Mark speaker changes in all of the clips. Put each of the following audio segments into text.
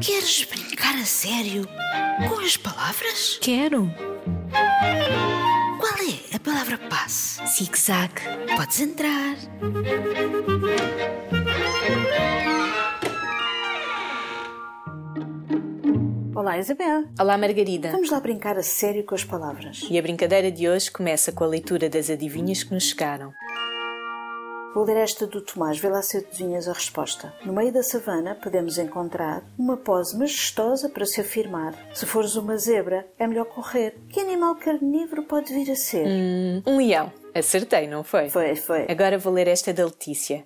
Speaker 1: Queres brincar a sério? Com as palavras?
Speaker 2: Quero.
Speaker 1: Qual é a palavra passe?
Speaker 2: Zig-zag.
Speaker 1: Podes entrar.
Speaker 3: Olá, Isabel.
Speaker 4: Olá, Margarida.
Speaker 3: Vamos lá brincar a sério com as palavras.
Speaker 4: E a brincadeira de hoje começa com a leitura das adivinhas que nos chegaram.
Speaker 3: Vou ler esta do Tomás, vê lá se adivinhas a resposta. No meio da savana podemos encontrar uma pose majestosa para se afirmar. Se fores uma zebra, é melhor correr. Que animal carnívoro pode vir a ser?
Speaker 4: Hum, um leão. Acertei, não foi?
Speaker 3: Foi, foi.
Speaker 4: Agora vou ler esta da Letícia.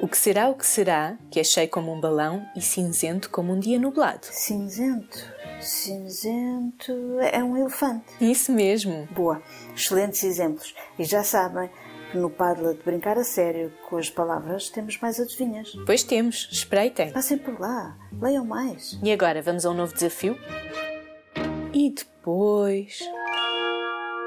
Speaker 4: O que será o que será que achei como um balão e cinzento como um dia nublado?
Speaker 3: Cinzento. Cinzento. É um elefante.
Speaker 4: Isso mesmo.
Speaker 3: Boa. Excelentes exemplos. E já sabem que no Padla de Brincar a Sério com as palavras temos mais adivinhas.
Speaker 4: Pois temos, espreitem.
Speaker 3: Passem por lá, leiam mais.
Speaker 4: E agora vamos a um novo desafio? E depois.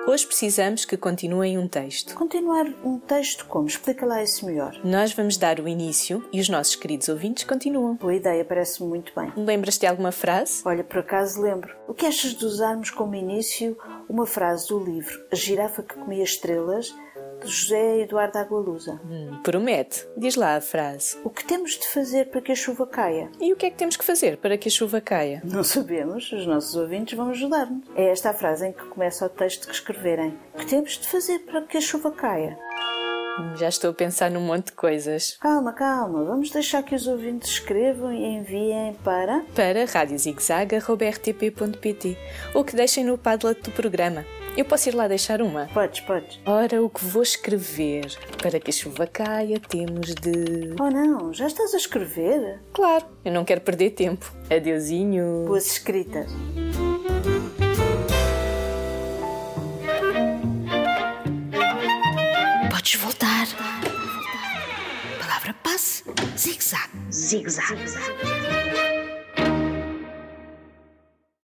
Speaker 4: Hoje precisamos que continuem um texto.
Speaker 3: Continuar um texto como? Explica lá isso melhor.
Speaker 4: Nós vamos dar o início e os nossos queridos ouvintes continuam.
Speaker 3: Boa ideia, parece-me muito bem.
Speaker 4: Lembras-te de alguma frase?
Speaker 3: Olha, por acaso lembro. O que achas de usarmos como início uma frase do livro A Girafa que Comia Estrelas, de José Eduardo Agualusa?
Speaker 4: Hum, promete. Diz lá a frase.
Speaker 3: O que temos de fazer para que a chuva caia?
Speaker 4: E o que é que temos que fazer para que a chuva caia?
Speaker 3: Não sabemos, os nossos ouvintes vão ajudar-nos. É esta a frase em que começa o texto que escreverem. O que temos de fazer para que a chuva caia?
Speaker 4: Hum, Já estou a pensar num monte de coisas.
Speaker 3: Calma, calma, vamos deixar que os ouvintes escrevam e enviem para.
Speaker 4: Para radiozigzag.rtp.pt ou que deixem no Padlet do programa. Eu posso ir lá deixar uma?
Speaker 3: Podes, podes.
Speaker 4: Ora, o que vou escrever? Para que a chuva caia, temos de.
Speaker 3: Oh não, já estás a escrever?
Speaker 4: Claro, eu não quero perder tempo. Adeusinho.
Speaker 3: Boas escritas.
Speaker 1: Podes voltar. Palavra passe. Zig-zag.
Speaker 5: zig-zag.